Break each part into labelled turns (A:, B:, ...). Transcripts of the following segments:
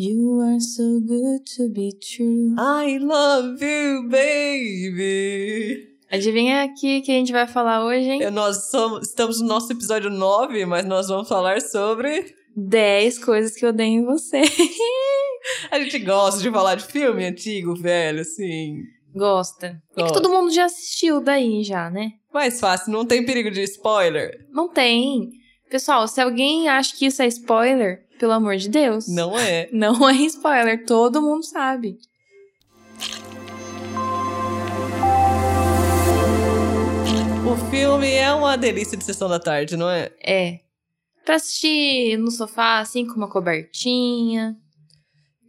A: You are so good to be true.
B: I love you, baby.
A: Adivinha aqui que a gente vai falar hoje, hein?
B: E Nós somos- estamos no nosso episódio 9, mas nós vamos falar sobre.
A: 10 coisas que eu odeio em você.
B: A gente gosta de falar de filme antigo, velho, assim.
A: Gosta. É que
B: Gosto.
A: todo mundo já assistiu daí já, né?
B: Mais fácil, não tem perigo de spoiler.
A: Não tem. Pessoal, se alguém acha que isso é spoiler, pelo amor de Deus.
B: Não é.
A: Não é spoiler, todo mundo sabe.
B: O filme é uma delícia de sessão da tarde, não é?
A: É. Pra assistir no sofá, assim, com uma cobertinha.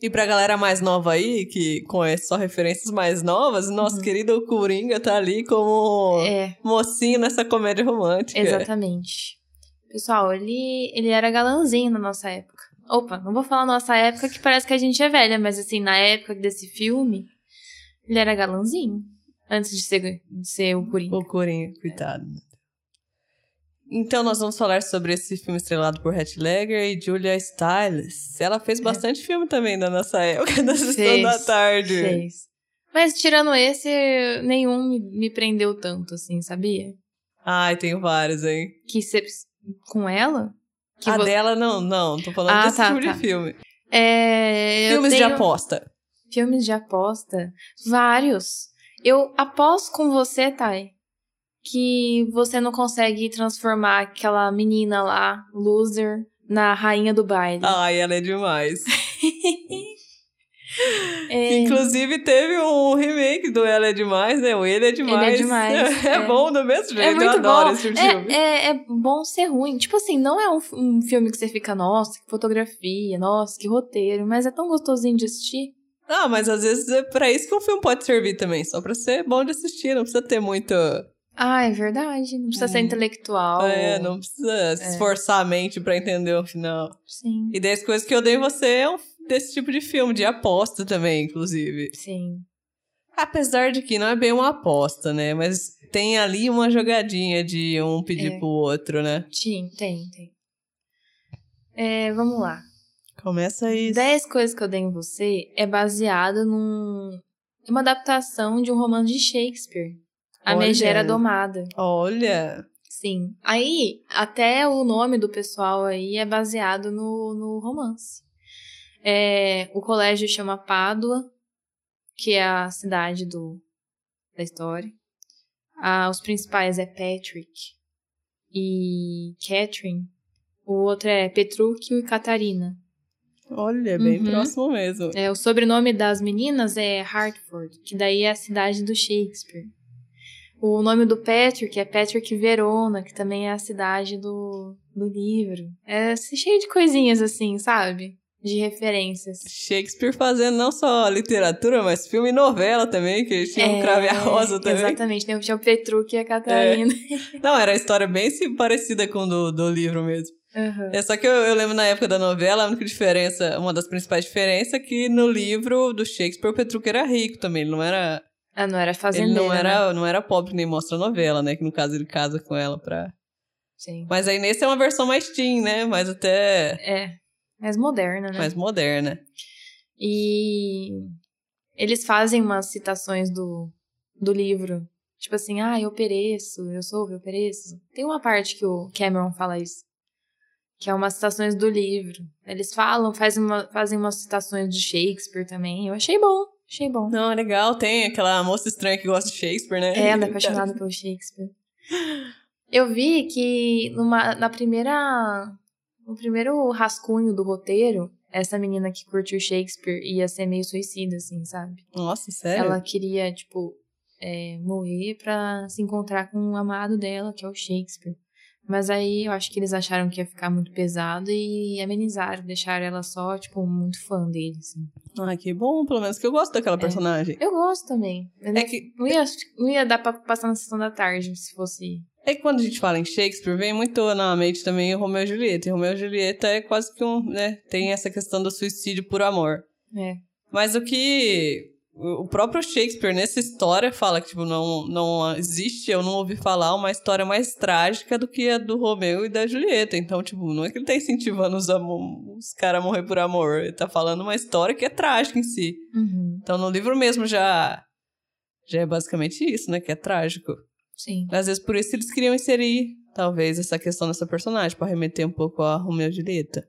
B: E pra galera mais nova aí, que conhece só referências mais novas, nosso
A: Uhum.
B: querido Coringa tá ali como
A: É,
B: mocinho nessa comédia romântica.
A: exatamente. Pessoal, ele, ele era galãzinho na nossa época. Opa, não vou falar nossa época, que parece que a gente é velha, mas assim, na época desse filme, ele era galãzinho. Antes de ser, de ser o Coringa.
B: O Coringa,
A: É.
B: coitado. Então nós vamos falar sobre esse filme estrelado por Heath Ledger e Julia Stiles. Ela fez bastante filme também da nossa época, da Sessão
A: É. Fez,
B: da Tarde.
A: Fez. Mas tirando esse, nenhum me, me prendeu tanto, assim, sabia?
B: Ai, tem vários, hein?
A: Que cê, com ela? Que
B: a
A: vo-
B: Ah, dela não, não. Tô falando
A: Ah,
B: desse
A: tá,
B: tipo
A: tá.
B: de filme.
A: É, eu
B: Filmes de
A: tenho-
B: aposta.
A: Filmes de aposta? Vários. Eu aposto com você, Thay, que você não consegue transformar aquela menina lá, loser, na rainha do baile.
B: Ai, ela é demais.
A: É,
B: Inclusive, teve um remake do Ela é Demais, né? O Ele é Demais.
A: Demais,
B: É,
A: é.
B: bom do mesmo
A: é
B: jeito, eu
A: muito
B: adoro
A: bom.
B: esse tipo de filme.
A: É, é, é bom ser ruim. Tipo assim, não é um, f- um filme que você fica, nossa, que fotografia, nossa, que roteiro, mas é tão gostosinho de assistir.
B: Ah, mas às vezes é pra isso que um filme pode servir também. Só pra ser bom de assistir, não precisa ter muito...
A: Ah, é verdade. Não precisa ser
B: Hum.
A: intelectual.
B: É, não precisa se esforçar a mente pra entender o final.
A: Sim,
B: E 10 coisas que eu dei em você é um desse tipo de filme, de aposta também, inclusive.
A: sim.
B: Apesar de que não é bem uma aposta, né? Mas tem ali uma jogadinha de um pedir
A: É.
B: pro outro, né?
A: Sim, tem, tem. É, vamos lá.
B: Começa aí.
A: 10 Coisas Que Eu Dei em Você é baseada num, numa adaptação de um romance de Shakespeare. A
B: Olha.
A: Megera Domada.
B: Olha,
A: Sim. Aí, até o nome do pessoal aí é baseado no, no romance. É, o colégio chama Pádua, que é a cidade do, da história. Ah, os principais é Patrick e Catherine. O outro é Petrúquio e Catarina.
B: olha, bem
A: Uhum.
B: próximo mesmo.
A: É, o sobrenome das meninas é Hartford, que daí é a cidade do Shakespeare. O nome do Patrick é Patrick Verona, que também é a cidade do, do livro. É assim, cheio de coisinhas assim, sabe? De referências.
B: Shakespeare fazendo não só literatura, mas filme e novela também, que tinha um crave a rosa também.
A: É,
B: É.
A: Exatamente, né? tinha o Petruc e a Catarina.
B: Não, era a história bem se- parecida com do, do livro mesmo.
A: Aham.
B: É só que eu, eu lembro na época da novela, a única diferença, uma das principais diferenças é que no livro do Shakespeare o Petruc era rico também, ele não era,
A: Ah, não era
B: ele
A: fazendeiro.
B: não
A: né?
B: era, não era pobre que nem mostra a novela, né, que no caso ele casa com ela pra...
A: Sim.
B: Mas aí nesse é uma versão mais teen, né, mais até
A: É. Mais moderna, né?
B: mais moderna.
A: E eles fazem umas citações do, do livro. Tipo assim, ah, eu pereço, eu sou, eu pereço. Tem uma parte que o Cameron fala isso. Que é umas citações do livro. Eles falam, fazem, uma, fazem umas citações de Shakespeare também. Eu achei bom, achei bom.
B: Não, é legal, tem aquela moça estranha que gosta de Shakespeare, né?
A: Ela é apaixonada pelo Shakespeare. Eu vi que numa, na primeira. No primeiro rascunho do roteiro, essa menina que curtiu Shakespeare ia ser meio suicida, assim, sabe?
B: Nossa, sério?
A: Ela queria, tipo, é, morrer pra se encontrar com o amado dela, que é o Shakespeare. Mas aí eu acho que eles acharam que ia ficar muito pesado e amenizaram, deixaram ela só, tipo, muito fã dele, assim.
B: Ai, que bom, pelo menos que eu gosto
A: É.
B: daquela personagem.
A: Eu gosto também. mas
B: É que,
A: Não ia, não ia dar pra passar na sessão da tarde se fosse.
B: é que quando a gente fala em Shakespeare, vem muito na mente também o Romeu e Julieta. E Romeu e Julieta é quase que um, né, tem essa questão do suicídio por amor.
A: É.
B: Mas o que O próprio Shakespeare, nessa história, fala que, tipo, não, não existe, eu não ouvi falar, uma história mais trágica do que a do Romeu e da Julieta. Então, tipo, não é que ele tá incentivando os, amo- os caras a morrer por amor. Ele tá falando uma história que é trágica em si.
A: Uhum.
B: Então, no livro mesmo já, já é basicamente isso, né? Que é trágico.
A: Sim.
B: Às vezes por isso eles queriam inserir, talvez, essa questão dessa personagem, pra remeter um pouco a Romeu e Julieta.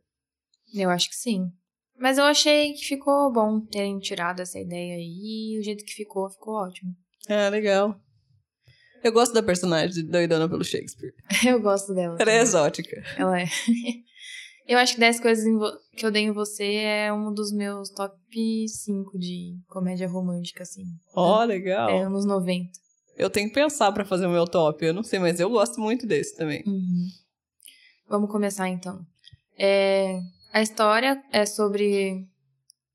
A: Eu acho que sim. Mas eu achei que ficou bom terem tirado essa ideia aí. E o jeito que ficou, ficou ótimo.
B: Ah, legal. Eu gosto da personagem doidona pelo Shakespeare.
A: Eu gosto dela.
B: Ela é exótica.
A: Ela é. Eu acho que 10 coisas em vo- que eu dei em você é um dos meus top 5 de comédia romântica, assim.
B: Ah, Ó, legal.
A: É anos 90.
B: Eu tenho que pensar pra fazer o meu top. Eu não sei, mas eu gosto muito desse também.
A: Uhum. Vamos começar então. É, a história é sobre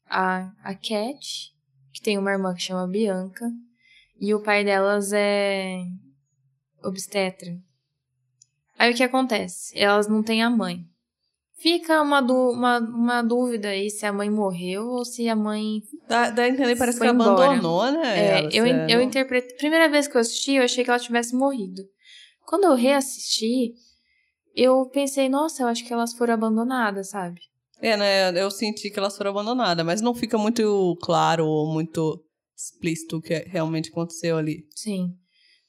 A: a, a Cat, que tem uma irmã que chama Bianca, e o pai delas é obstetra. Aí o que acontece? Elas não têm a mãe. Fica uma, du- uma, uma dúvida aí se a mãe morreu ou se a mãe
B: Dá, dá a entender, parece
A: Foi
B: que ela
A: embora.
B: abandonou, né?
A: é,
B: ela,
A: eu,
B: sério.
A: eu interpretei. Primeira vez que eu assisti, eu achei que ela tivesse morrido. Quando eu reassisti, eu pensei, nossa, eu acho que elas foram abandonadas, sabe?
B: É, né? Eu senti que elas foram abandonadas, mas não fica muito claro ou muito explícito o que realmente aconteceu ali.
A: Sim.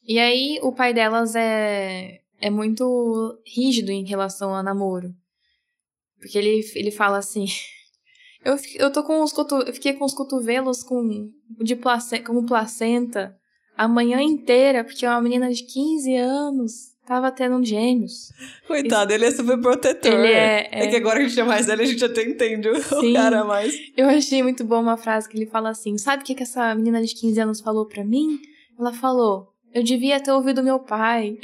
A: E aí, o pai delas é, é muito rígido em relação a namoro. Porque ele, ele fala assim. Eu, fi- eu tô com os coto, eu fiquei com os cotovelos com de placenta, como placenta a manhã inteira, porque é uma menina de 15 anos tava tendo gêmeos.
B: Coitado, ele é super protetor.
A: Ele é-
B: É
A: é-
B: que agora que a gente é mais velho, a gente até entende o
A: Sim.
B: cara mais.
A: Eu achei muito boa uma frase que ele fala assim: Sabe o que, que essa menina de 15 anos falou pra mim? Ela falou: Eu devia ter ouvido meu pai.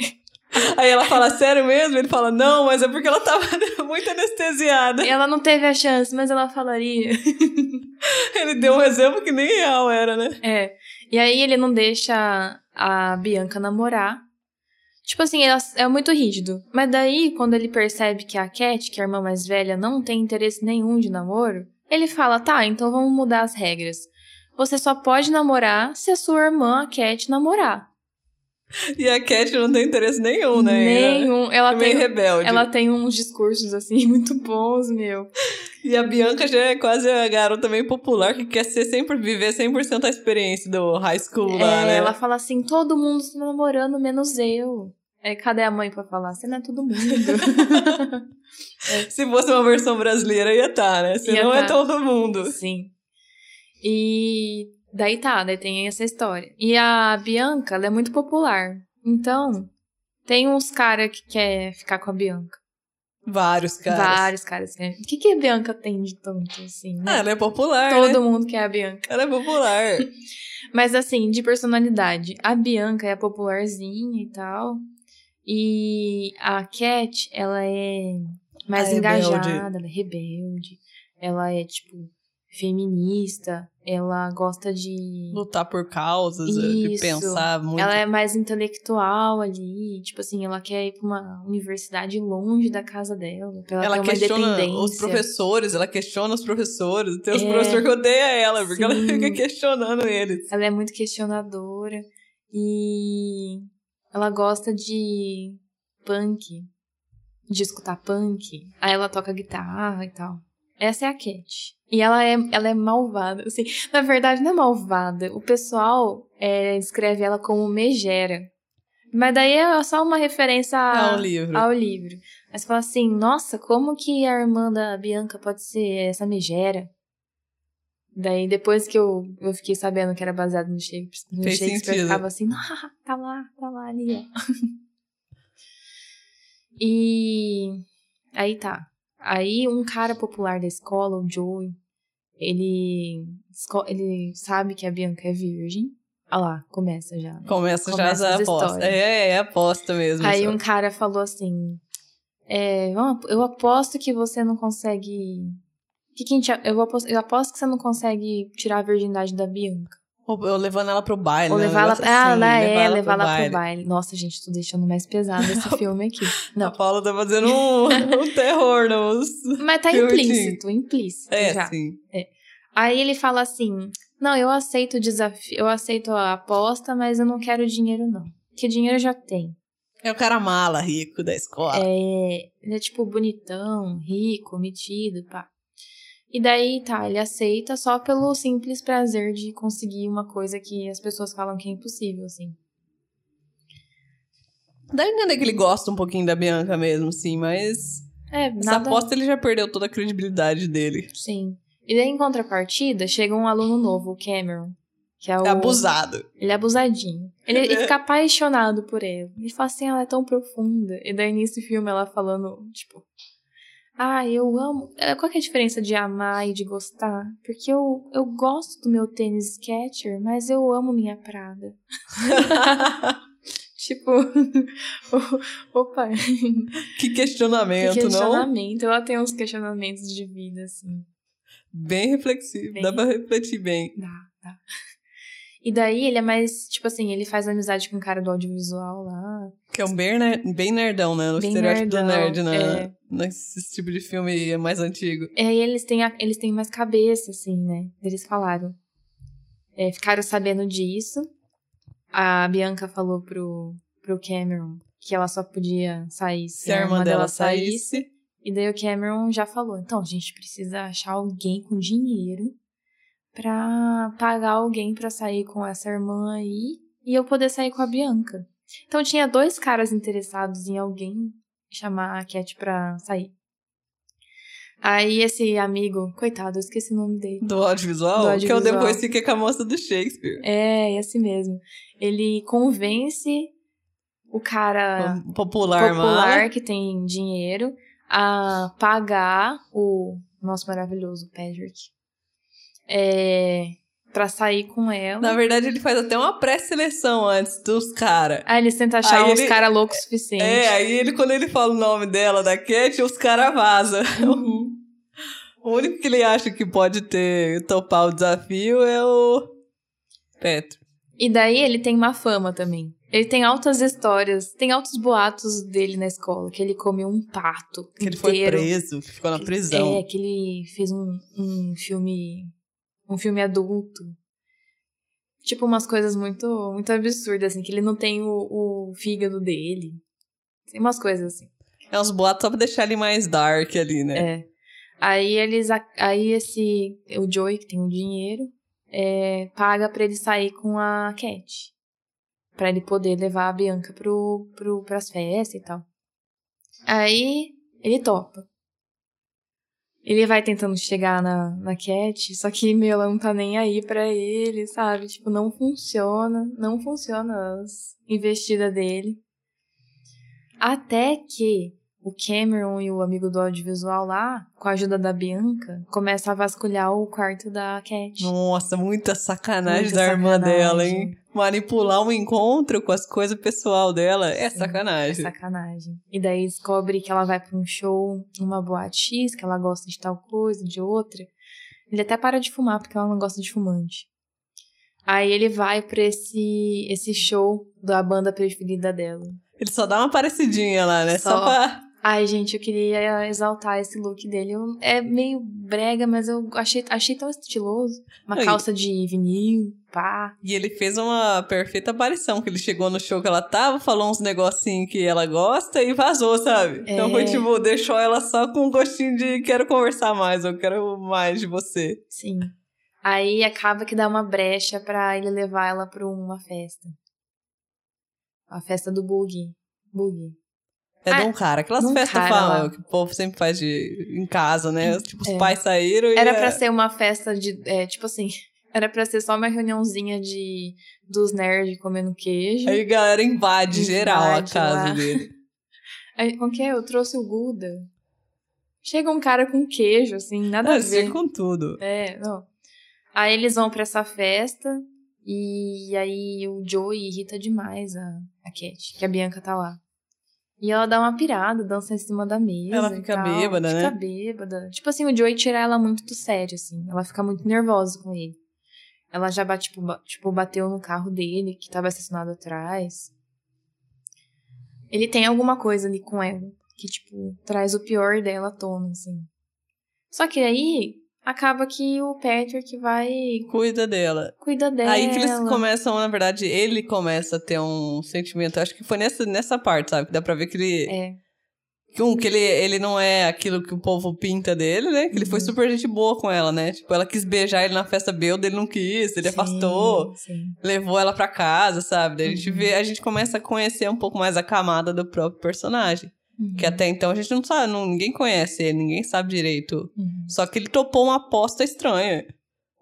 B: Aí ela fala, sério mesmo? Ele fala, não, mas é porque ela tava muito anestesiada.
A: Ela não teve a chance, mas ela falaria.
B: Ele deu um exemplo que nem real era, né?
A: É. E aí ele não deixa a Bianca namorar. Tipo assim, ela- é muito rígido. Mas daí, quando ele percebe que a Cat, que é a irmã mais velha, não tem interesse nenhum de namoro, ele fala: tá, então vamos mudar as regras. Você só pode namorar se a sua irmã, a Cat, namorar.
B: E a Cat não tem interesse nenhum, né?
A: Nenhum. Ela
B: Ela é meio
A: tem
B: rebelde.
A: Ela tem uns discursos, assim, muito bons, meu.
B: E a Bianca já é quase a garota meio popular que quer ser sempre, viver 100% a experiência do high school lá,
A: É,
B: né?
A: Ela fala assim, todo mundo se namorando, menos eu. É, cadê a mãe pra falar? Você não é todo mundo.
B: Se fosse uma versão brasileira, ia estar, né? Se
A: Ia
B: não é
A: tá.
B: todo mundo.
A: Sim. assim." E daí tá, daí tem essa história. E a Bianca, ela é muito popular. Então, tem uns caras que quer ficar com a Bianca.
B: Vários caras.
A: Vários caras. né? O que, que a Bianca tem de tanto, assim?
B: Ah,
A: né?
B: ela é popular, né?
A: Todo mundo quer a Bianca.
B: Ela é popular.
A: Mas assim, de personalidade, a Bianca é popularzinha e tal. E a Cat, ela é mais
B: É
A: engajada,
B: rebelde.
A: ela é rebelde. Ela é, tipo, feminista. Ela gosta de.
B: Lutar por causas, é, de
A: Isso.
B: pensar muito.
A: Ela é mais intelectual ali. Tipo assim, ela quer ir pra uma universidade longe da casa dela. Pra ela,
B: Ela
A: ter uma
B: questiona
A: independência.
B: os professores, ela questiona os professores. Tem os
A: É.
B: professores que odeiam ela, porque ela
A: Sim.
B: fica questionando eles.
A: Ela é muito questionadora. E ela gosta de punk. De escutar punk. Aí ela toca guitarra e tal. Essa é a Cat. E ela é, ela é malvada. Assim, na verdade, não é malvada. O pessoal é, descreve ela como megera. Mas daí é só uma referência
B: Ah,
A: a,
B: o livro.
A: ao livro. Mas fala assim, nossa, como que a irmã da Bianca pode ser essa megera? Daí, depois que eu, eu fiquei sabendo que era baseado no Shakespeare, no
B: Fez
A: Shakespeare
B: sentido.
A: eu ficava assim, ah, tá lá, tá lá ali, ó. e aí tá. Aí um cara popular da escola, o Joey, ele, esco- ele sabe que a Bianca é virgem. Olha lá, começa já. né?
B: Começa,
A: Começa
B: já
A: as
B: a aposta.
A: histórias.
B: É, é aposta mesmo.
A: Aí
B: só.
A: um cara falou assim: é, vamos- Eu aposto que você não consegue. Que quem te- eu, aposto, eu aposto que você não consegue tirar a virgindade da Bianca.
B: Ou eu levando ela pro baile.
A: Ou
B: né? Um
A: levar ela.
B: negócio
A: ah,
B: assim,
A: lá é, levar ela pro baile. Nossa, gente, tô deixando mais pesado esse filme aqui.
B: A
A: Não.
B: Paula tá fazendo um, um terror nos.
A: Mas tá
B: Filme de-
A: implícito, implícito.
B: É,
A: já.
B: sim.
A: Aí ele fala assim: Não, eu aceito o desafio, eu aceito a aposta, mas eu não quero dinheiro, não. Porque dinheiro eu já tem.
B: É o cara mala rico da escola.
A: É, ele é tipo bonitão, rico, metido, pá. E daí, tá, ele aceita só pelo simples prazer de conseguir uma coisa que as pessoas falam que é impossível, assim.
B: Dá a entender que ele gosta um pouquinho da Bianca mesmo, sim, mas.
A: É,
B: Essa
A: nada...
B: aposta ele já perdeu toda a credibilidade dele.
A: Sim. E daí, em contrapartida, chega um aluno novo, o Cameron. Que é o...
B: É abusado.
A: Ele é abusadinho. Ele, ele fica apaixonado por ela. Ele fala assim, ela é tão profunda. E daí, nesse filme, ela falando, tipo... Ah, eu amo... É, Qual que é a diferença de amar e de gostar? Porque eu, eu gosto do meu tênis Skechers, mas eu amo minha Prada. tipo... o- Opa,
B: Que
A: que
B: questionamento, não?
A: questionamento. Ela tem uns questionamentos de vida, assim.
B: Bem reflexivo.
A: Bem.
B: Dá pra refletir bem.
A: Dá, dá. E daí ele é mais, tipo assim, ele faz amizade com o cara do audiovisual lá.
B: Que é um bem, ner- bem nerdão, né? O
A: Bem
B: estereótipo
A: nerdão,
B: do nerd na,
A: é.
B: nesse tipo de filme é mais antigo.
A: E aí eles têm, a- eles têm mais cabeça, assim, né? Eles falaram. É, ficaram sabendo disso. A Bianca falou pro, pro Cameron que ela só podia sair se,
B: Se a irmã dela saísse,
A: E daí o Cameron já falou: então, a gente precisa achar alguém com dinheiro pra pagar alguém pra sair com essa irmã aí e eu poder sair com a Bianca. Então tinha dois caras interessados em alguém chamar a Cat pra sair. Aí esse amigo, coitado, eu esqueci o nome dele.
B: do audiovisual,
A: Do
B: que é o
A: audiovisual.
B: depois fica com a moça do Shakespeare.
A: É, esse mesmo. Ele convence o cara
B: Um Popular,
A: É. popular
B: popular
A: que tem dinheiro a pagar o nosso maravilhoso Patrick é, pra sair com ela.
B: Na verdade, ele faz até uma pré-seleção antes dos caras.
A: Aí eles tentam achar
B: Aí
A: uns
B: ele-
A: caras loucos o suficiente.
B: É, aí ele, quando ele fala o nome dela, da Cat, os caras vazam.
A: Uhum.
B: O único que ele acha que pode ter topar o desafio é o. Petro.
A: E daí ele tem má fama também. Ele tem altas histórias, tem altos boatos dele na escola, que ele comeu um pato
B: Que ele
A: inteiro.
B: foi preso, que ficou na prisão.
A: É, que ele fez um, um filme. Um filme adulto. Tipo, umas coisas muito, muito absurdas, assim, que ele não tem o, o fígado dele. Tem umas coisas assim.
B: É, uns boatos só pra deixar ele mais dark ali, né?
A: É. Aí eles. a- Aí esse. O Joey, que tem o dinheiro, é, paga pra ele sair com a Cat. Pra ele poder levar a Bianca pro, pro, pras festas e tal. Aí ele topa. Ele vai tentando chegar na, na Cat, só que, meu, ela não tá nem aí pra ele, sabe? Tipo, não funciona. Não funciona as investidas dele. Até que o Cameron e o amigo do audiovisual lá, com a ajuda da Bianca, começa a vasculhar o quarto da Cat.
B: Nossa, muita sacanagem
A: Muita
B: da irmã
A: sacanagem.
B: dela, hein? Manipular um encontro com as coisas pessoal dela é
A: Sim, É
B: sacanagem.
A: sacanagem. E daí descobre que ela vai pra um show numa boate X, que ela gosta de tal coisa, de outra. Ele até para de fumar, porque ela não gosta de fumante. Aí ele vai pra esse, esse show da banda preferida dela.
B: Ele só dá uma parecidinha lá, né? Só,
A: Só.
B: pra.
A: Ai, gente, eu queria exaltar esse look dele. Eu- é meio brega, mas eu achei, achei tão estiloso. Uma
B: Ai.
A: calça de vinil, pá.
B: E ele fez uma perfeita aparição, que ele chegou no show que ela tava, falou uns negocinhos que ela gosta e vazou, sabe? Então foi
A: É.
B: tipo, deixou ela só com um gostinho de quero conversar mais, eu quero mais de você.
A: Sim. Aí acaba que dá uma brecha pra ele levar ela pra uma festa. A festa do Boogie. Boogie.
B: É de
A: Ah,
B: um cara, aquelas
A: de um
B: festas
A: cara
B: falam
A: lá.
B: que o povo sempre faz de, em casa, né? Tipo, os
A: É.
B: pais saíram e.
A: Era
B: é-
A: pra ser uma festa de. é, tipo assim. Era pra ser só uma reuniãozinha de dos nerds comendo queijo.
B: Aí a galera invade, geral a
A: Invade
B: casa
A: lá.
B: dele.
A: Aí, como que é? Eu trouxe o Guda. Chega um cara com queijo, assim, nada a
B: Nada
A: ver.
B: com tudo.
A: É, não. Aí eles vão pra essa festa e aí o Joey irrita demais a, a Cat, que a Bianca tá lá. E ela dá uma pirada, dança em cima da mesa.
B: Ela
A: e
B: fica
A: tal,
B: bêbada,
A: fica
B: né?
A: bêbada. Tipo assim, o Joey tira ela muito do sério, assim. Ela fica muito nervosa com ele. Ela já bate, tipo, ba- tipo, bateu no carro dele, que tava estacionado atrás. Ele tem alguma coisa ali com ela que, tipo, traz o pior dela à tona, assim. Só que aí, acaba que o Patrick vai
B: Cuida dela.
A: cuida dela.
B: Aí que eles começam, na verdade, ele começa a ter um sentimento. Acho que foi nessa, nessa parte, sabe? Que dá pra ver que ele.
A: É.
B: que Um, que ele, ele não é aquilo que o povo pinta dele, né? Que ele foi
A: Uhum.
B: super gente boa com ela, né? Tipo, ela quis beijar ele na festa beuda, ele não quis, ele
A: Sim,
B: afastou,
A: Sim.
B: levou ela pra casa, sabe? Daí a gente
A: Uhum.
B: vê, a gente começa a conhecer um pouco mais a camada do próprio personagem. Que
A: Uhum.
B: até então a gente não sabe, não- ninguém conhece ele, ninguém sabe direito.
A: Uhum.
B: Só que ele topou uma aposta estranha.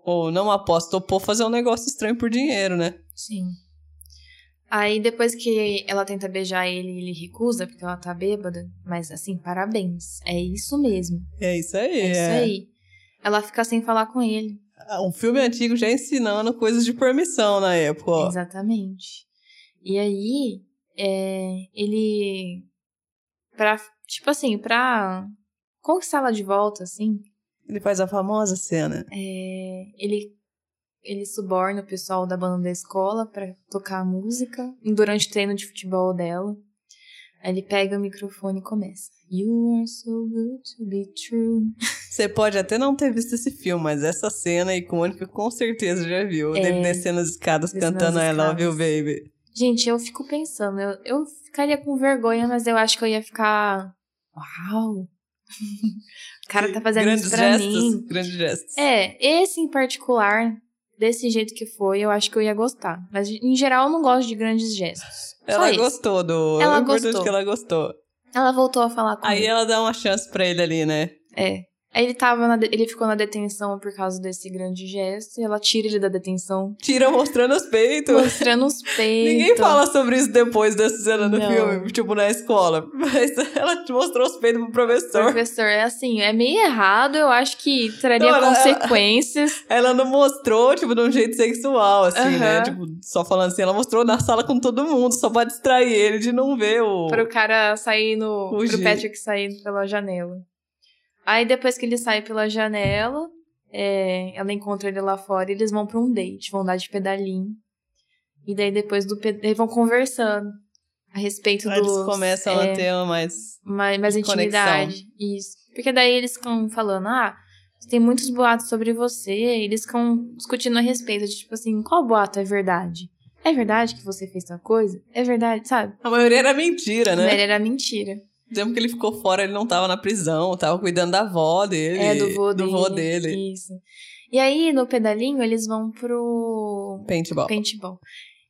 B: Ou não uma aposta, topou fazer um negócio estranho por dinheiro, né?
A: Sim. Aí depois que ela tenta beijar ele e ele recusa, porque ela tá bêbada, mas assim, parabéns. É isso mesmo.
B: É isso aí.
A: É, isso aí. Ela fica sem falar com ele.
B: Ah, Um filme antigo já ensinando coisas de permissão na época. ó.
A: Exatamente. E aí, é, ele. Pra, tipo assim, pra conquistar ela de volta, assim,
B: Ele faz a famosa cena.
A: é, ele, ele suborna o pessoal da banda da escola pra tocar a música durante o treino de futebol dela. Aí ele pega o microfone e começa. You are so good to be true.
B: Você pode até não ter visto esse filme, mas essa cena icônica com certeza já viu.
A: É.
B: Dele descendo as escadas
A: Descendo
B: cantando
A: as
B: I Love You
A: escadas.
B: Baby.
A: Gente, eu fico pensando, eu, eu ficaria com vergonha, mas eu acho que eu ia ficar. Uau! o cara tá fazendo
B: grandes
A: isso pra
B: gestos,
A: mim.
B: Grandes gestos.
A: É, esse em particular, desse jeito que foi, eu acho que eu ia gostar. Mas em geral eu não gosto de grandes gestos. Só
B: Ela
A: esse.
B: gostou do.
A: Ela
B: é importante
A: gostou. É.
B: que ela gostou.
A: Ela voltou a falar com
B: Aí
A: ele.
B: ela dá uma chance pra ele ali, né?
A: É. Aí ele tava na de- ele ficou na detenção por causa desse grande gesto e ela tira ele da detenção,
B: Tira mostrando os peitos.
A: mostrando os peitos.
B: Ninguém fala sobre isso depois dessa cena do
A: Não.
B: filme, tipo na escola. Mas ela te mostrou os peitos pro professor.
A: Professor, é assim, é meio errado, eu acho que traria
B: Não, é- ela-
A: consequências.
B: Ela não mostrou, tipo, de um jeito sexual, assim, né?
A: Aham.
B: Tipo, só falando assim, ela mostrou na sala com todo mundo, só pra distrair ele de não ver o.
A: Para o cara sair no.
B: Fugir.
A: Pro Patrick sair pela janela. Aí depois que ele sai pela janela, é, ela encontra ele lá fora e eles vão pra um date, vão dar de pedalinho. E daí depois do ped... eles vão conversando a respeito
B: Aí eles
A: dos-
B: começam
A: é,
B: a ter uma mais.
A: mais, mais
B: De
A: intimidade. Isso. Porque daí eles ficam falando, ah, tem muitos boatos sobre você, e eles ficam discutindo a respeito, de, tipo assim, qual boato é verdade? É verdade que você fez tal coisa? É verdade, sabe?
B: A maioria era mentira, né?
A: Mas era mentira.
B: O tempo que ele ficou fora, ele não tava na prisão, tava cuidando da avó dele.
A: é, do vô dele.
B: vô dele.
A: Isso. E aí, no pedalinho, eles vão pro
B: Paintball.
A: paintball.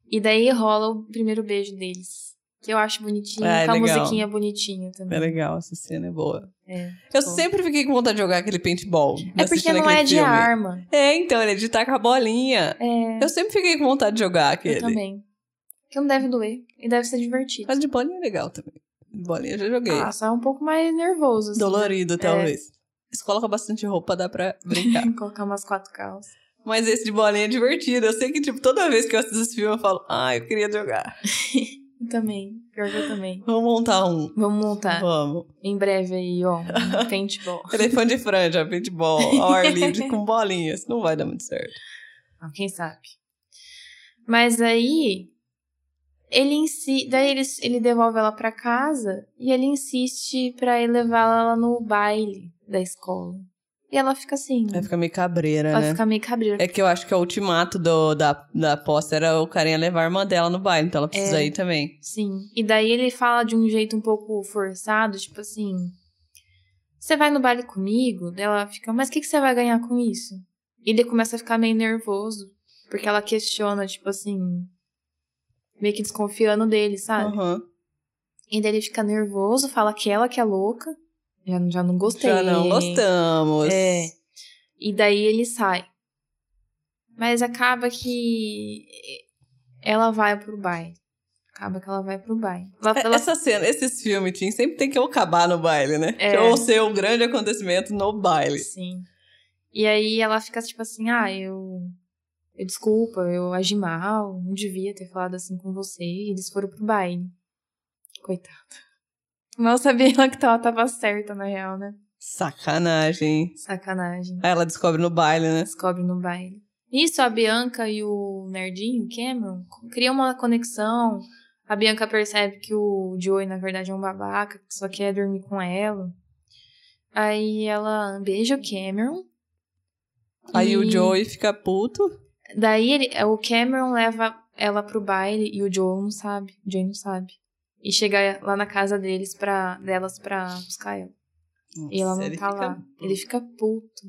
A: E daí rola o primeiro beijo deles. Que eu acho bonitinho,
B: Ah, é
A: com a
B: legal.
A: musiquinha bonitinha também.
B: É legal, essa cena é boa.
A: É,
B: Eu
A: bom.
B: sempre fiquei com vontade de jogar aquele
A: É
B: paintball.
A: porque
B: assistindo
A: não
B: aquele
A: é de
B: filme.
A: arma.
B: É, então, ele é de tacar a bolinha.
A: É.
B: Eu sempre fiquei com vontade de jogar aquele.
A: Eu também. Porque não deve doer. E deve ser divertido.
B: Mas de bolinha é legal também. De bolinha eu já joguei.
A: Ah, só é um pouco mais nervoso. Assim,
B: Dolorido, talvez. Você coloca bastante roupa, dá pra brincar.
A: Né? Colocar umas quatro calças.
B: Mas esse de bolinha é divertido. Eu sei que, tipo, toda vez que eu assisto esse filme, eu falo, ah, eu queria jogar.
A: Eu também. Pior que eu também.
B: Vamos montar um.
A: Vamos montar.
B: Vamos.
A: Em breve aí, ó. um Paintball.
B: Elefante de franja, paintball, ao ar livre, com bolinhas. Não vai dar muito certo.
A: Ah, Quem sabe. Mas aí. Ele insi... Daí ele, ele devolve ela pra casa e ele insiste pra ele levá-la lá no baile da escola. E ela fica assim.
B: Vai ficar meio cabreira,
A: ela
B: né?
A: fica meio cabreira.
B: É que eu acho que o ultimato do- da, da aposta era o carinha levar a irmã dela no baile, então ela precisa
A: É.
B: ir também.
A: Sim. E daí ele fala de um jeito um pouco forçado, tipo assim. Você vai no baile comigo? Daí ela fica, mas o que, que você vai ganhar com isso? E ele começa a ficar meio nervoso, porque ela questiona, tipo assim. Meio que desconfiando dele, sabe?
B: Aham.
A: E daí ele fica nervoso, fala que ela que é louca. Já, já não gostei.
B: Já não gostamos.
A: É. E daí ele sai. Mas acaba que ela vai pro baile. Acaba que ela vai pro baile. Ela,
B: É,
A: ela
B: Essa cena, esses filmes, Tim, sempre tem que acabar no baile, né?
A: É.
B: Ou ser um grande acontecimento no baile.
A: Sim. E aí ela fica tipo assim, ah, eu. Eu desculpa, eu agi mal, não devia ter falado assim com você. E eles foram pro baile. Coitada. Mal sabia ela que ela tava certa, na real, né?
B: Sacanagem.
A: Sacanagem.
B: Aí ela descobre no baile, né?
A: Descobre no baile. Isso, a Bianca e o Nerdinho, Cameron, criam uma conexão. A Bianca percebe que o Joey, na verdade, é um babaca, que só quer dormir com ela. Aí ela beija o Cameron.
B: Aí o
A: E-
B: Joey fica puto.
A: Daí ele- o Cameron leva ela pro baile e o Joe não sabe. O Joey não sabe. E chega lá na casa deles pra, delas pra buscar ela. E ela
B: Nossa,
A: não
B: ele
A: tá
B: fica
A: lá.
B: puto.
A: Ele fica puto.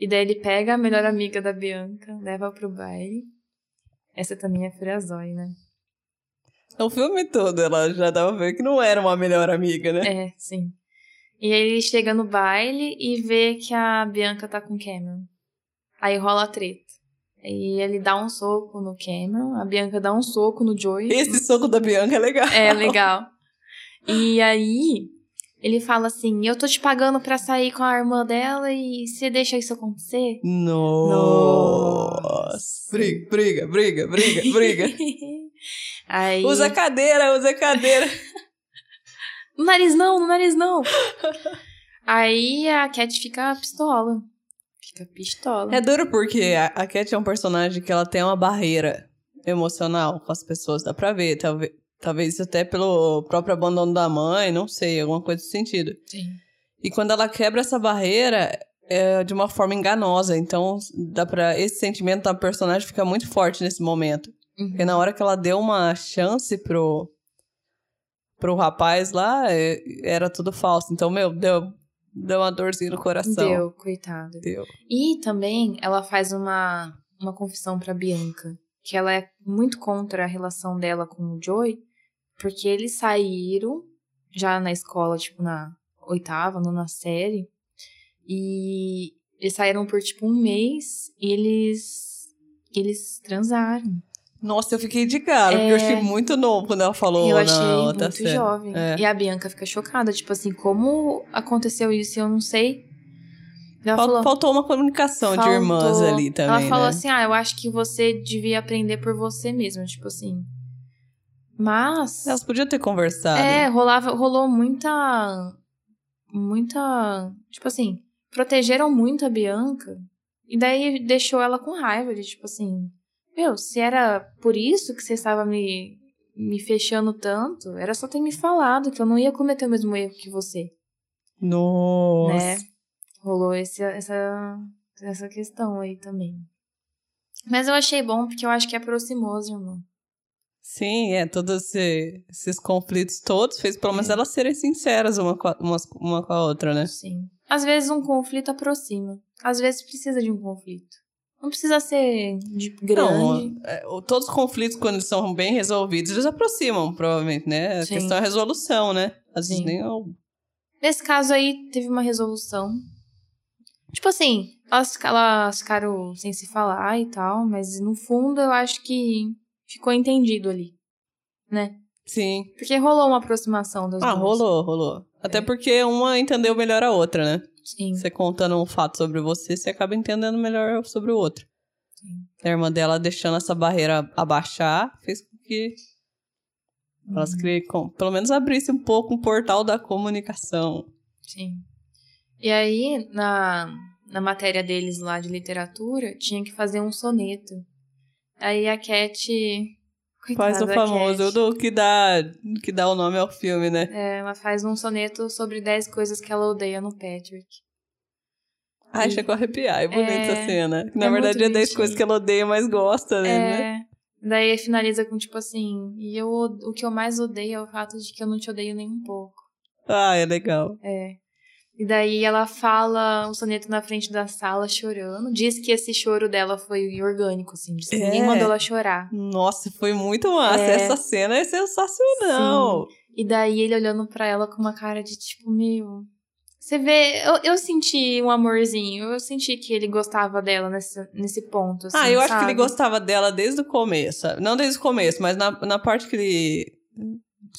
A: E daí ele pega a melhor amiga da Bianca, leva pro baile. Essa também é friazói, né?
B: O filme todo, ela já dava pra ver que não era uma melhor amiga, né?
A: É, sim. E aí ele chega no baile e vê que a Bianca tá com o Cameron. Aí rola a treta. Aí ele dá um soco no Cameron, a Bianca dá um soco no Joey.
B: Esse soco da Bianca é legal.
A: É, legal. E aí, ele fala assim: Eu tô te pagando pra sair com a irmã dela e você deixa isso acontecer?
B: Nossa. Briga, briga, briga, briga, briga.
A: aí.
B: usa cadeira, usa cadeira.
A: No nariz não, no nariz não. aí a Cat fica pistola. Fica pistola.
B: É duro porque a, a Cat é um personagem que ela tem uma barreira emocional com as pessoas, dá pra ver. Talvez, talvez até pelo próprio abandono da mãe, não sei, alguma coisa do sentido.
A: Sim.
B: E quando ela quebra essa barreira, é de uma forma enganosa. Então, dá pra, esse sentimento da personagem fica muito forte nesse momento.
A: Uhum.
B: Porque na hora que ela deu uma chance pro, pro rapaz lá, é- era tudo falso. Então, meu, deu, deu uma dorzinha no coração.
A: Deu, coitada.
B: Deu.
A: E também ela faz uma, uma confissão pra Bianca, que ela é muito contra a relação dela com o Joey, porque eles saíram já na escola, tipo na oitava, nona série, e eles saíram por tipo um mês e eles eles transaram.
B: Nossa, eu fiquei de cara, porque eu achei muito novo quando ela falou
A: e É. eu achei
B: na outra
A: muito
B: cena.
A: jovem.
B: É.
A: E a Bianca fica chocada, tipo assim, como aconteceu isso? e Eu não sei. Ela
B: Fal-
A: falou,
B: Faltou uma comunicação de irmãs
A: Faltou.
B: ali também,
A: Ela falou
B: né?
A: assim: ah, eu acho que você devia aprender por você mesma, tipo assim. Mas.
B: Elas podiam ter conversado.
A: É, rolava, rolou muita. Muita. Tipo assim, protegeram muito a Bianca. E daí deixou ela com raiva de tipo assim. Meu, se era por isso que você estava me, me fechando tanto, era só ter me falado que eu não ia cometer o mesmo erro que você.
B: Nossa.
A: Né? rolou esse- essa, essa questão aí também. Mas eu achei bom porque eu acho que um aproximou os irmãos.
B: Sim, é, todos esse- esses conflitos todos fez pelo
A: É.
B: menos elas serem sinceras uma com, a, umas- uma com a outra, né?
A: Sim. Às vezes um conflito aproxima. Às vezes precisa de um conflito. Não precisa ser de grande.
B: Não, é, o- todos os conflitos, quando eles são bem resolvidos, eles aproximam, provavelmente, né? A
A: Sim.
B: questão é a resolução, né? Às vezes
A: Sim.
B: nem é o-
A: Nesse caso aí, teve uma resolução. Tipo assim, elas, fica- elas ficaram sem se falar e tal, mas no fundo eu acho que ficou entendido ali.
B: Sim.
A: Porque rolou uma aproximação das
B: Ah,
A: duas.
B: rolou, rolou.
A: É.
B: Até porque uma entendeu melhor a outra, né?
A: Sim.
B: Você contando um fato sobre você, você acaba entendendo melhor sobre o outro.
A: Sim.
B: A irmã dela deixando essa barreira abaixar fez com que elas
A: Uhum.
B: cri- com- pelo menos abrisse um pouco um portal da comunicação.
A: Sim. E aí, na, na matéria deles lá de literatura, tinha que fazer um soneto. Aí a Cat. Coitada
B: Faz o
A: da
B: famoso
A: Cat.
B: do que dá, que dá o nome ao filme, né?
A: É, ela faz um soneto sobre 10 coisas que ela odeia no Patrick.
B: Ai,
A: E-
B: chegou a arrepiar, é bonita
A: É,
B: a cena. Na
A: é
B: verdade,
A: muito
B: é 10
A: bonitinho.
B: coisas que ela odeia, mas gosta, né?
A: É. Daí finaliza com tipo assim: E eu, od- o que eu mais odeio é o fato de que eu não te odeio nem um pouco.
B: Ah, é legal.
A: É. E daí ela fala um soneto na frente da sala chorando. Diz que esse choro dela foi orgânico, assim. Diz que ninguém
B: É.
A: mandou ela chorar.
B: Nossa, foi muito massa.
A: É.
B: Essa cena é sensacional.
A: E daí ele olhando pra ela com uma cara de tipo, meu. Você vê, eu, eu senti um amorzinho, eu senti que ele gostava dela nesse, nesse ponto. assim,
B: ah, eu acho que
A: sabe?
B: ele gostava dela desde o começo. sabe? Não desde o começo, mas na, na parte que ele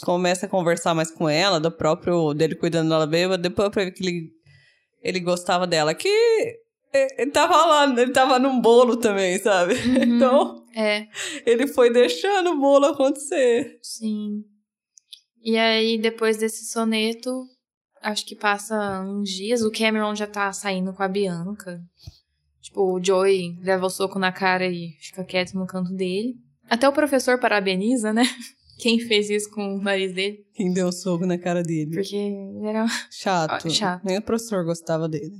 B: começa a conversar mais com ela, do próprio dele cuidando dela bêbada, depois pra ver que ele, ele gostava dela. Que é, ele tava lá, ele tava num bolo também, sabe?
A: Uhum,
B: Então
A: É,
B: ele foi deixando o bolo acontecer.
A: sim. E aí, depois desse soneto, acho que passa uns dias, o Cameron já tá saindo com a Bianca. Tipo, o Joey leva o soco na cara e fica quieto no canto dele. Até o professor parabeniza, né? Quem fez isso com o nariz dele?
B: Quem deu um soco na cara dele.
A: Porque ele era
B: Chato.
A: Ah, chato.
B: Nem o professor gostava dele.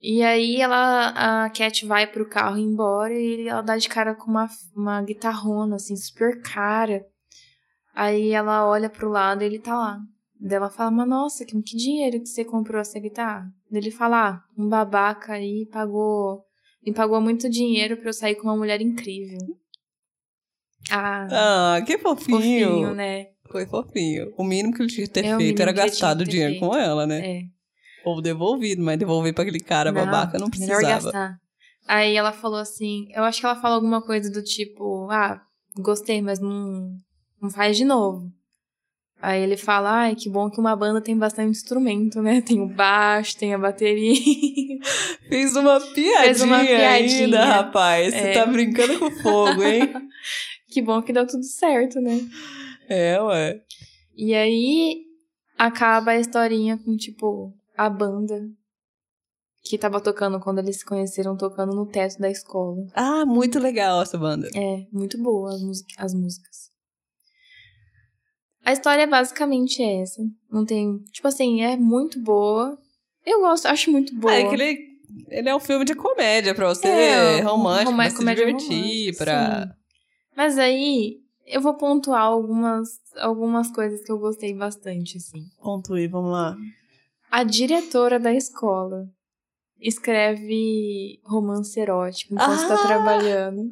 A: E aí ela, a Cat vai pro carro embora e ela dá de cara com uma, uma guitarrona, assim, super cara. Aí ela olha pro lado e ele tá lá. Daí ela fala, mas nossa, que, que dinheiro que você comprou essa guitarra? Daí ele fala, ah, um babaca aí pagou. Me pagou muito dinheiro pra eu sair com uma mulher incrível. Ah,
B: Ah, que fofinho.
A: fofinho, né?
B: Foi fofinho. O mínimo que ele tinha que ter
A: É, o
B: feito
A: mínimo
B: era
A: que ele
B: gastado o
A: tinha que ter
B: dinheiro com ela, né?
A: É.
B: Ou devolvido, mas devolver pra aquele cara babaca não
A: melhor
B: precisava.
A: gastar. Aí ela falou assim, eu acho que ela falou alguma coisa do tipo, ah, gostei, mas não, não faz de novo. Aí ele fala, ai, que bom que uma banda tem bastante instrumento, né? Tem o baixo, tem a bateria.
B: Fez uma piadinha,
A: uma piadinha.
B: ainda, rapaz. Você
A: É.
B: tá brincando com fogo, hein?
A: que bom que deu tudo certo, né?
B: é, ué.
A: E aí acaba a historinha com, tipo, a banda que tava tocando quando eles se conheceram, tocando no teto da escola.
B: Ah, muito legal essa banda.
A: É, muito boa as, mus- as músicas. A história é basicamente essa. Não tem. Tipo assim, é muito boa. Eu gosto, acho muito boa.
B: Ah, é que ele, ele é um filme de comédia pra você,
A: É, um
B: romântico,
A: romance-
B: pra se
A: comédia
B: divertir,
A: romântica,
B: pra...
A: Mas aí eu vou pontuar algumas, algumas coisas que eu gostei bastante, assim.
B: Pontuir, vamos lá.
A: A diretora da escola escreve romance erótico enquanto
B: Ah!
A: está trabalhando.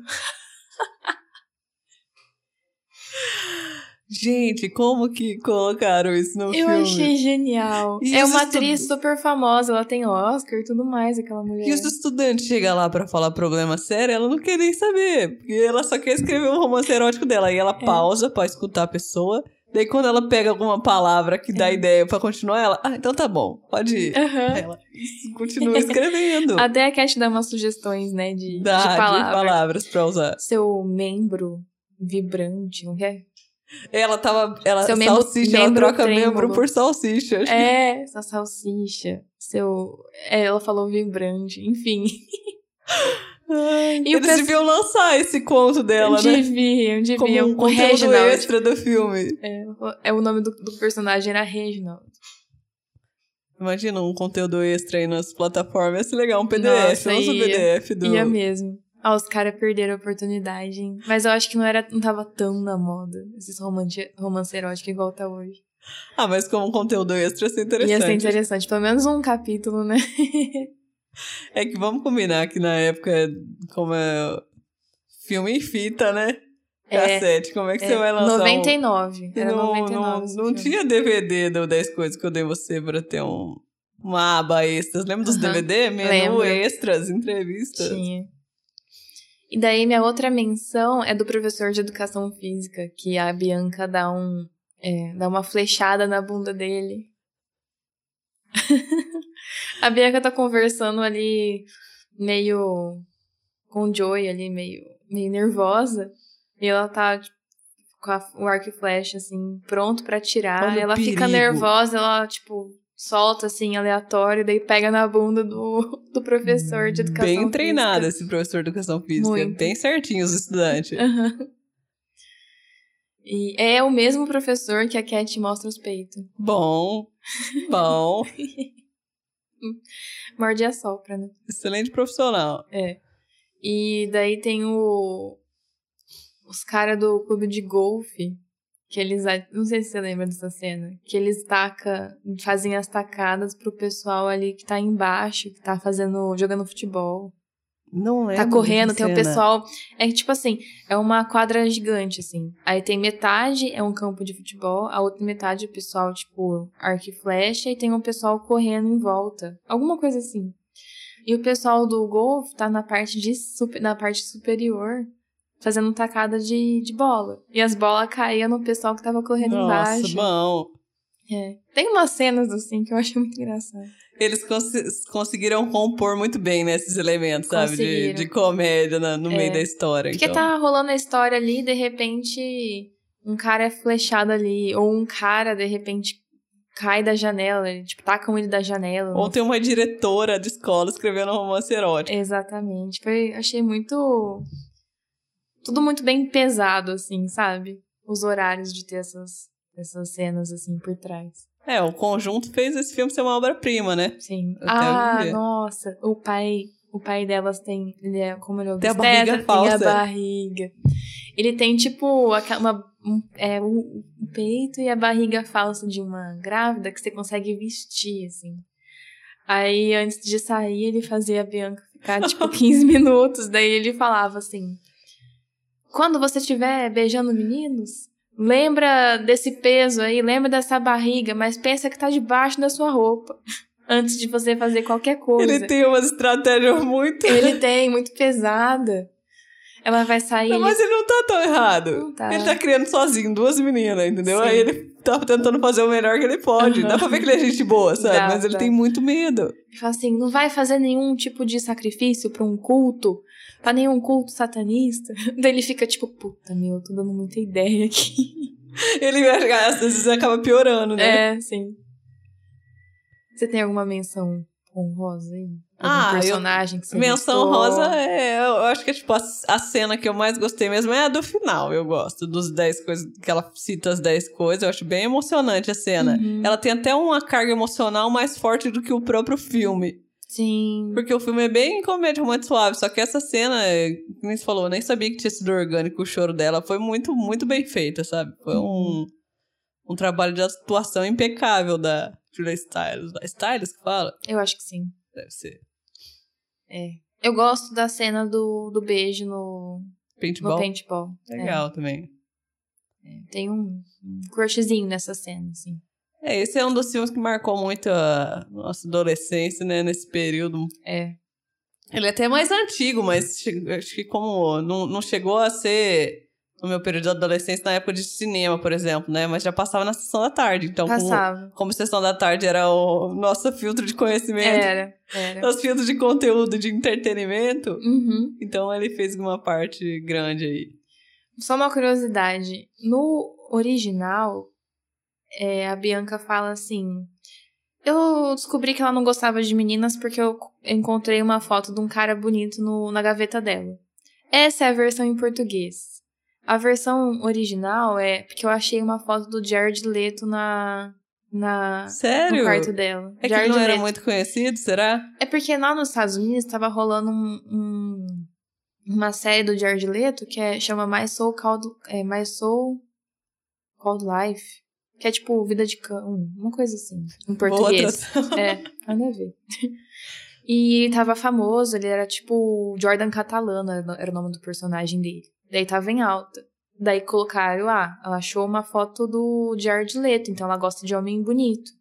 B: Gente, como que colocaram isso no
A: Eu
B: filme?
A: achei genial.
B: E
A: é
B: os
A: uma
B: estu-
A: atriz super famosa, ela tem Oscar e tudo mais, aquela mulher.
B: E os estudantes chegam lá pra falar problema sério, ela não quer nem saber. Porque ela só quer escrever o romance erótico dela. E ela
A: É.
B: pausa pra escutar a pessoa. Daí quando ela pega alguma palavra que dá ideia pra continuar, ela... Ah, então tá bom, pode ir.
A: É. Aham.
B: Aí ela "Isso, continua escrevendo.
A: Até a Cat dá umas sugestões, né, de,
B: Dá
A: de
B: de
A: palavra.
B: palavras pra usar.
A: Seu membro vibrante, não é?
B: Ela tava... Ela,
A: Seu membro-
B: salsicha,
A: membro
B: ela troca
A: trêmulo.
B: membro por salsicha.
A: É, sua salsicha, seu... É, ela falou vibrante, enfim.
B: Ai,
A: o
B: Eles
A: pessoal-
B: deviam lançar esse conto
A: Um
B: dela, né?
A: Devia, devia.
B: Como um
A: o
B: conteúdo
A: Reginald.
B: extra do filme.
A: É, o nome do, do personagem era Reginald.
B: Imagina um conteúdo extra aí nas plataformas. Ia ser legal, um PDF.
A: Nossa,
B: lança o
A: ia.
B: PDF do...
A: E é mesmo. Ah, os caras perderam a oportunidade, hein? Mas eu acho que não, era, não tava tão na moda esses romance, romance erótico igual tá hoje.
B: Ah, mas como conteúdo extra ia ser
A: Ia
B: interessante.
A: ser interessante, pelo menos um capítulo, né?
B: É que vamos combinar que na época, como é filme em fita, né? Cassete, como é que você vai lançar um-
A: 99.
B: E
A: Era
B: não,
A: 99. esse
B: não, não
A: filme.
B: tinha DVD do 10 coisas que eu dei você pra ter um, uma aba extras. Lembra dos
A: Aham,
B: DVD? Menu
A: lembro.
B: extras, entrevistas.
A: Tinha. E daí, minha outra menção é do professor de educação física, que a Bianca dá um. é, dá uma flechada na bunda dele. a Bianca tá conversando ali, meio. com o Joey ali, meio, meio nervosa. E ela tá tipo, com a- o arco e flecha, assim, pronto pra tirar.
B: Olha o
A: ela fica
B: perigo.
A: nervosa, ela, tipo, solta, assim, aleatório, daí pega na bunda do, do professor de educação
B: Bem
A: física.
B: treinado esse professor de educação física.
A: Muito.
B: Bem certinho os estudantes.
A: Aham. E é o mesmo professor que a Cat mostra os peitos.
B: bom, bom.
A: Morde e assopra, né?
B: Excelente profissional.
A: E daí tem o... Os caras do clube de golfe, que eles... a- Não sei se você lembra dessa cena. Que eles taca, fazem as tacadas pro pessoal ali que tá embaixo, que tá fazendo... Jogando futebol.
B: Não é?
A: Tá correndo, tem o pessoal. É que, tipo assim, é uma quadra gigante, assim. Aí tem metade, é um campo de futebol, a outra metade, o pessoal, tipo, arco e flecha, e tem um pessoal correndo em volta. Alguma coisa assim. E o pessoal do golfe tá na parte de super, na parte superior, fazendo tacada de, de bola. E as bolas caíam no pessoal que tava correndo
B: Nossa,
A: embaixo.
B: bom.
A: É. Tem umas cenas assim que eu acho muito engraçado.
B: Eles cons- conseguiram compor muito bem, né, esses elementos, sabe? De,
A: Conseguiram.
B: de comédia na- no
A: É.
B: meio da história.
A: Porque
B: então.
A: tá rolando a história ali, de repente um cara é flechado ali, ou um cara de repente cai da janela, ele, tipo, tacam ele da janela.
B: Ou tem uma diretora de escola escrevendo um romance erótico.
A: Exatamente. Foi, achei muito tudo muito bem pesado assim, sabe? Os horários de ter essas essas cenas assim por trás.
B: É, o conjunto fez esse filme ser uma obra-prima, né?
A: Sim.
B: Até
A: ah,
B: hoje em dia.
A: nossa. O pai, o pai delas tem. Ele é, como ele é
B: Tem a
A: obstetra,
B: barriga falsa.
A: Tem a barriga. Ele tem, tipo, aquela- uma, um, é, o, o peito e a barriga falsa de uma grávida que você consegue vestir, assim. Aí, antes de sair, ele fazia a Bianca ficar, tipo, 15 minutos. Daí ele falava assim: Quando você estiver beijando meninos. Lembra desse peso aí, lembra dessa barriga, mas pensa que tá debaixo da sua roupa. Antes de você fazer qualquer coisa.
B: Ele tem umas estratégias muito.
A: é. Ele tem, muito pesada. Ela vai sair.
B: Não,
A: ele-
B: mas ele não tá tão errado.
A: Não tá.
B: Ele tá criando sozinho duas meninas, entendeu?
A: Sim.
B: Aí ele tá tentando fazer o melhor que ele pode.
A: Aham.
B: Dá pra ver que ele é gente boa, sabe?
A: Dá,
B: mas ele
A: dá.
B: tem muito medo.
A: Ele fala assim: não vai fazer nenhum tipo de sacrifício pra um culto, pra nenhum culto satanista. Daí ele fica tipo, puta meu, eu tô dando muita ideia aqui.
B: Ele às vezes acaba piorando, né?
A: É, sim. Você tem alguma menção honrosa aí? Algum
B: Ah, eu-
A: personagem que você
B: Menção
A: gostou?
B: rosa é. Eu acho que é tipo a, a cena que eu mais gostei mesmo é a do final, eu gosto. Dos 10 coisas. Que ela cita as 10 coisas. Eu acho bem emocionante a cena.
A: Uhum.
B: Ela tem até uma carga emocional mais forte do que o próprio filme.
A: Sim.
B: Porque o filme é bem comédia romântica suave. Só que essa cena, é, como você falou, eu nem sabia que tinha sido orgânico o choro dela. Foi muito, muito bem feita, sabe? Foi
A: Uhum.
B: um, um trabalho de atuação impecável da Julia Stiles. Stiles que fala?
A: Eu acho que sim.
B: Deve ser.
A: Eu gosto da cena do, do beijo no, no
B: Paintball.
A: paintball.
B: Legal também.
A: Tem um, um crushzinho nessa cena, assim.
B: É, esse é um dos filmes que marcou muito a nossa adolescência, né? Nesse período.
A: É.
B: Ele é até mais antigo, mas che- acho que como não, não chegou a ser no meu período de adolescência, na época de cinema, por exemplo, né? Mas já passava na sessão da tarde. Então, como,
A: Passava.
B: como sessão da tarde era o nosso filtro de conhecimento,
A: Era, era.
B: nosso filtro de conteúdo, de entretenimento,
A: Uhum.
B: então ele fez uma parte grande aí.
A: Só uma curiosidade. No original, é, a Bianca fala assim. Eu descobri que ela não gostava de meninas porque eu encontrei uma foto de um cara bonito no- na gaveta dela. Essa é a versão em português. A versão original é porque eu achei uma foto do Jared Leto na, na
B: Sério?
A: Ah, no quarto dela.
B: É que
A: Jared
B: não era
A: Leto.
B: muito conhecido, será?
A: É porque lá nos Estados Unidos tava rolando um- um- uma série do Jared Leto que é, chama My Soul Called, é, My Soul Called Life. Que é tipo vida de cão, uma coisa assim. Em português.
B: Outras.
A: É, nada a ver. E ele tava famoso, ele era tipo o Jordan Catalana, era o nome do personagem dele. Daí tava em alta. Daí colocaram, ah, ela achou uma foto do Jared Leto, então ela gosta de homem bonito.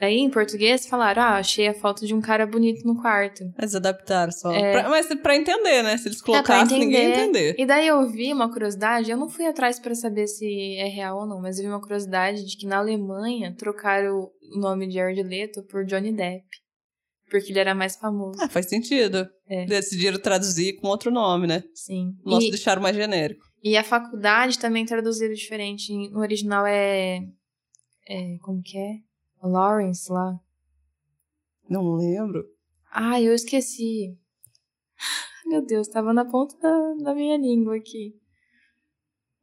A: Daí, em português, falaram, ah, achei a foto de um cara bonito no quarto.
B: Mas adaptaram só.
A: É.
B: Pra- mas pra entender, né? Se eles
A: pra
B: colocassem, ninguém ia
A: entender.
B: entender.
A: E daí eu vi uma curiosidade, eu não fui atrás pra saber se é real ou não, mas eu vi uma curiosidade de que na Alemanha trocaram o nome de Jared Leto por Johnny Depp, porque ele era mais famoso,
B: Ah, faz sentido.
A: É.
B: Decidiram traduzir com outro nome, né?
A: sim.
B: Nossa,
A: assim. E,
B: deixaram mais genérico.
A: e a faculdade também traduziram diferente, no original é, é como que é? Lawrence lá.
B: Não lembro.
A: Ah, eu esqueci. Meu Deus, tava na ponta da, da minha língua aqui.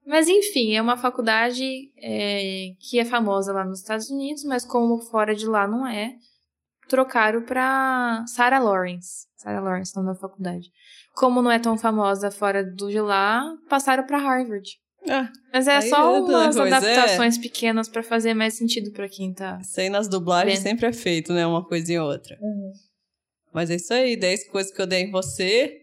A: Mas enfim, é uma faculdade é, que é famosa lá nos Estados Unidos, mas como fora de lá não é, trocaram pra Sarah Lawrence. Sarah Lawrence, o nome da faculdade. Como não é tão famosa fora do de lá, passaram pra Harvard.
B: Ah,
A: Mas é
B: aí
A: só
B: é outra
A: umas
B: coisa, é.
A: adaptações pequenas pra fazer mais sentido pra quem tá.
B: isso aí nas dublagens
A: Bem.
B: sempre é feito, né? Uma coisa em outra.
A: Uhum.
B: Mas é isso aí. 10 coisas que eu dei em você.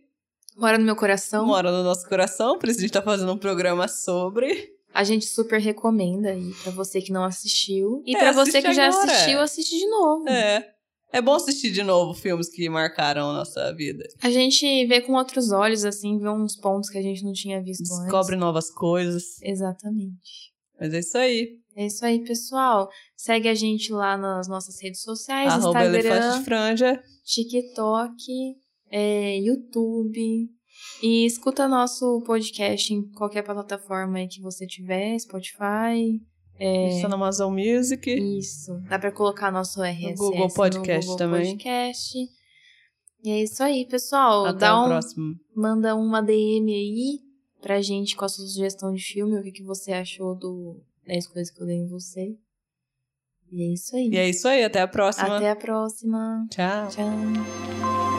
A: Mora no meu coração.
B: Mora no nosso coração. Por isso a gente tá fazendo um programa sobre.
A: A gente super recomenda aí pra você que não assistiu. E
B: É,
A: pra você
B: assiste
A: que já
B: agora.
A: assistiu, assiste de novo.
B: É. É bom assistir de novo filmes que marcaram a nossa vida.
A: A gente vê com outros olhos, assim, vê uns pontos que a gente não tinha visto
B: Descobre
A: antes.
B: novas coisas.
A: Exatamente.
B: Mas é isso aí.
A: É isso aí, pessoal. Segue a gente lá nas nossas redes sociais,
B: Arroba Elefante de
A: É Instagram,
B: Franja.
A: TikTok, é, YouTube. E escuta nosso podcast em qualquer plataforma aí que você tiver, Spotify.
B: A
A: é,
B: gente tá na Amazon Music.
A: Isso. Dá pra colocar nosso RSS
B: Google Podcast
A: no Google
B: também.
A: Podcast. E é isso aí, pessoal.
B: Até
A: Dá
B: o
A: um-
B: próximo.
A: manda uma DM aí pra gente com a sua sugestão de filme, o que, que você achou do 10 coisas que eu dei em você.
B: E é isso aí.
A: E é isso aí, até a próxima.
B: Até a próxima.
A: Tchau.
B: Tchau.